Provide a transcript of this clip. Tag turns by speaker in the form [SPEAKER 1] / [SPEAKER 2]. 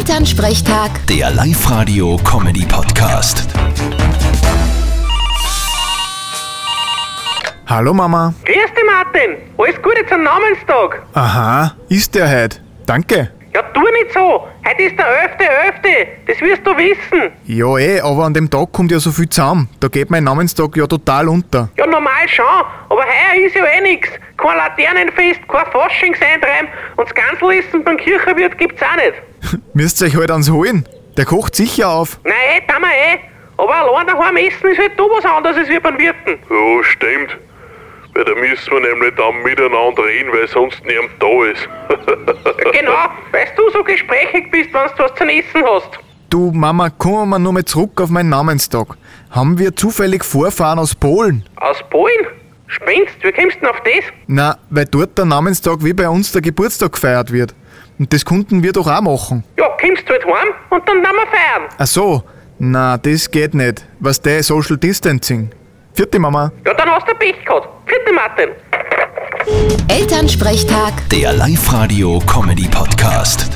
[SPEAKER 1] Elternsprechtag,
[SPEAKER 2] Der Live-Radio-Comedy-Podcast.
[SPEAKER 3] Hallo Mama.
[SPEAKER 4] Grüß dich, Martin. Alles Gute zum Namenstag.
[SPEAKER 3] Aha, ist der heut? Danke.
[SPEAKER 4] Ja, tu nicht so. Heute ist der 11.11. Das wirst du wissen.
[SPEAKER 3] Ja eh, aber an dem Tag kommt ja so viel zusammen. Da geht mein Namenstag ja total unter.
[SPEAKER 4] Ja, normal schon. Aber heuer ist ja eh nix. Kein Laternenfest, kein Faschingseintreiben und das Ganzlissen beim Kirchenwirt gibt's auch nicht.
[SPEAKER 3] Müsst euch halt ans holen. Der kocht sicher auf.
[SPEAKER 4] Nein, eh, tun wir eh. Aber allein daheim essen ist halt da was anderes als wir beim Wirten.
[SPEAKER 5] Ja, stimmt. Weil da müssen wir nämlich dann miteinander reden, weil sonst niemand da ist.
[SPEAKER 4] Genau, weißt du so gesprächig bist, wenn du was zum Essen hast.
[SPEAKER 3] Du Mama, kommen wir nochmal zurück auf meinen Namenstag. Haben wir zufällig Vorfahren aus Polen?
[SPEAKER 4] Aus Polen? Spinnst, wie kommst du denn auf das?
[SPEAKER 3] Na, weil dort der Namenstag wie bei uns der Geburtstag gefeiert wird. Und das konnten wir doch auch machen.
[SPEAKER 4] Ja, kommst du halt heim und dann nehmen wir feiern.
[SPEAKER 3] Ach so, na, das geht nicht. Was der Social Distancing. Vierte Mama.
[SPEAKER 4] Ja, dann hast du Pech gehabt. Vierte Martin.
[SPEAKER 1] Elternsprechtag.
[SPEAKER 2] Der Live-Radio-Comedy-Podcast.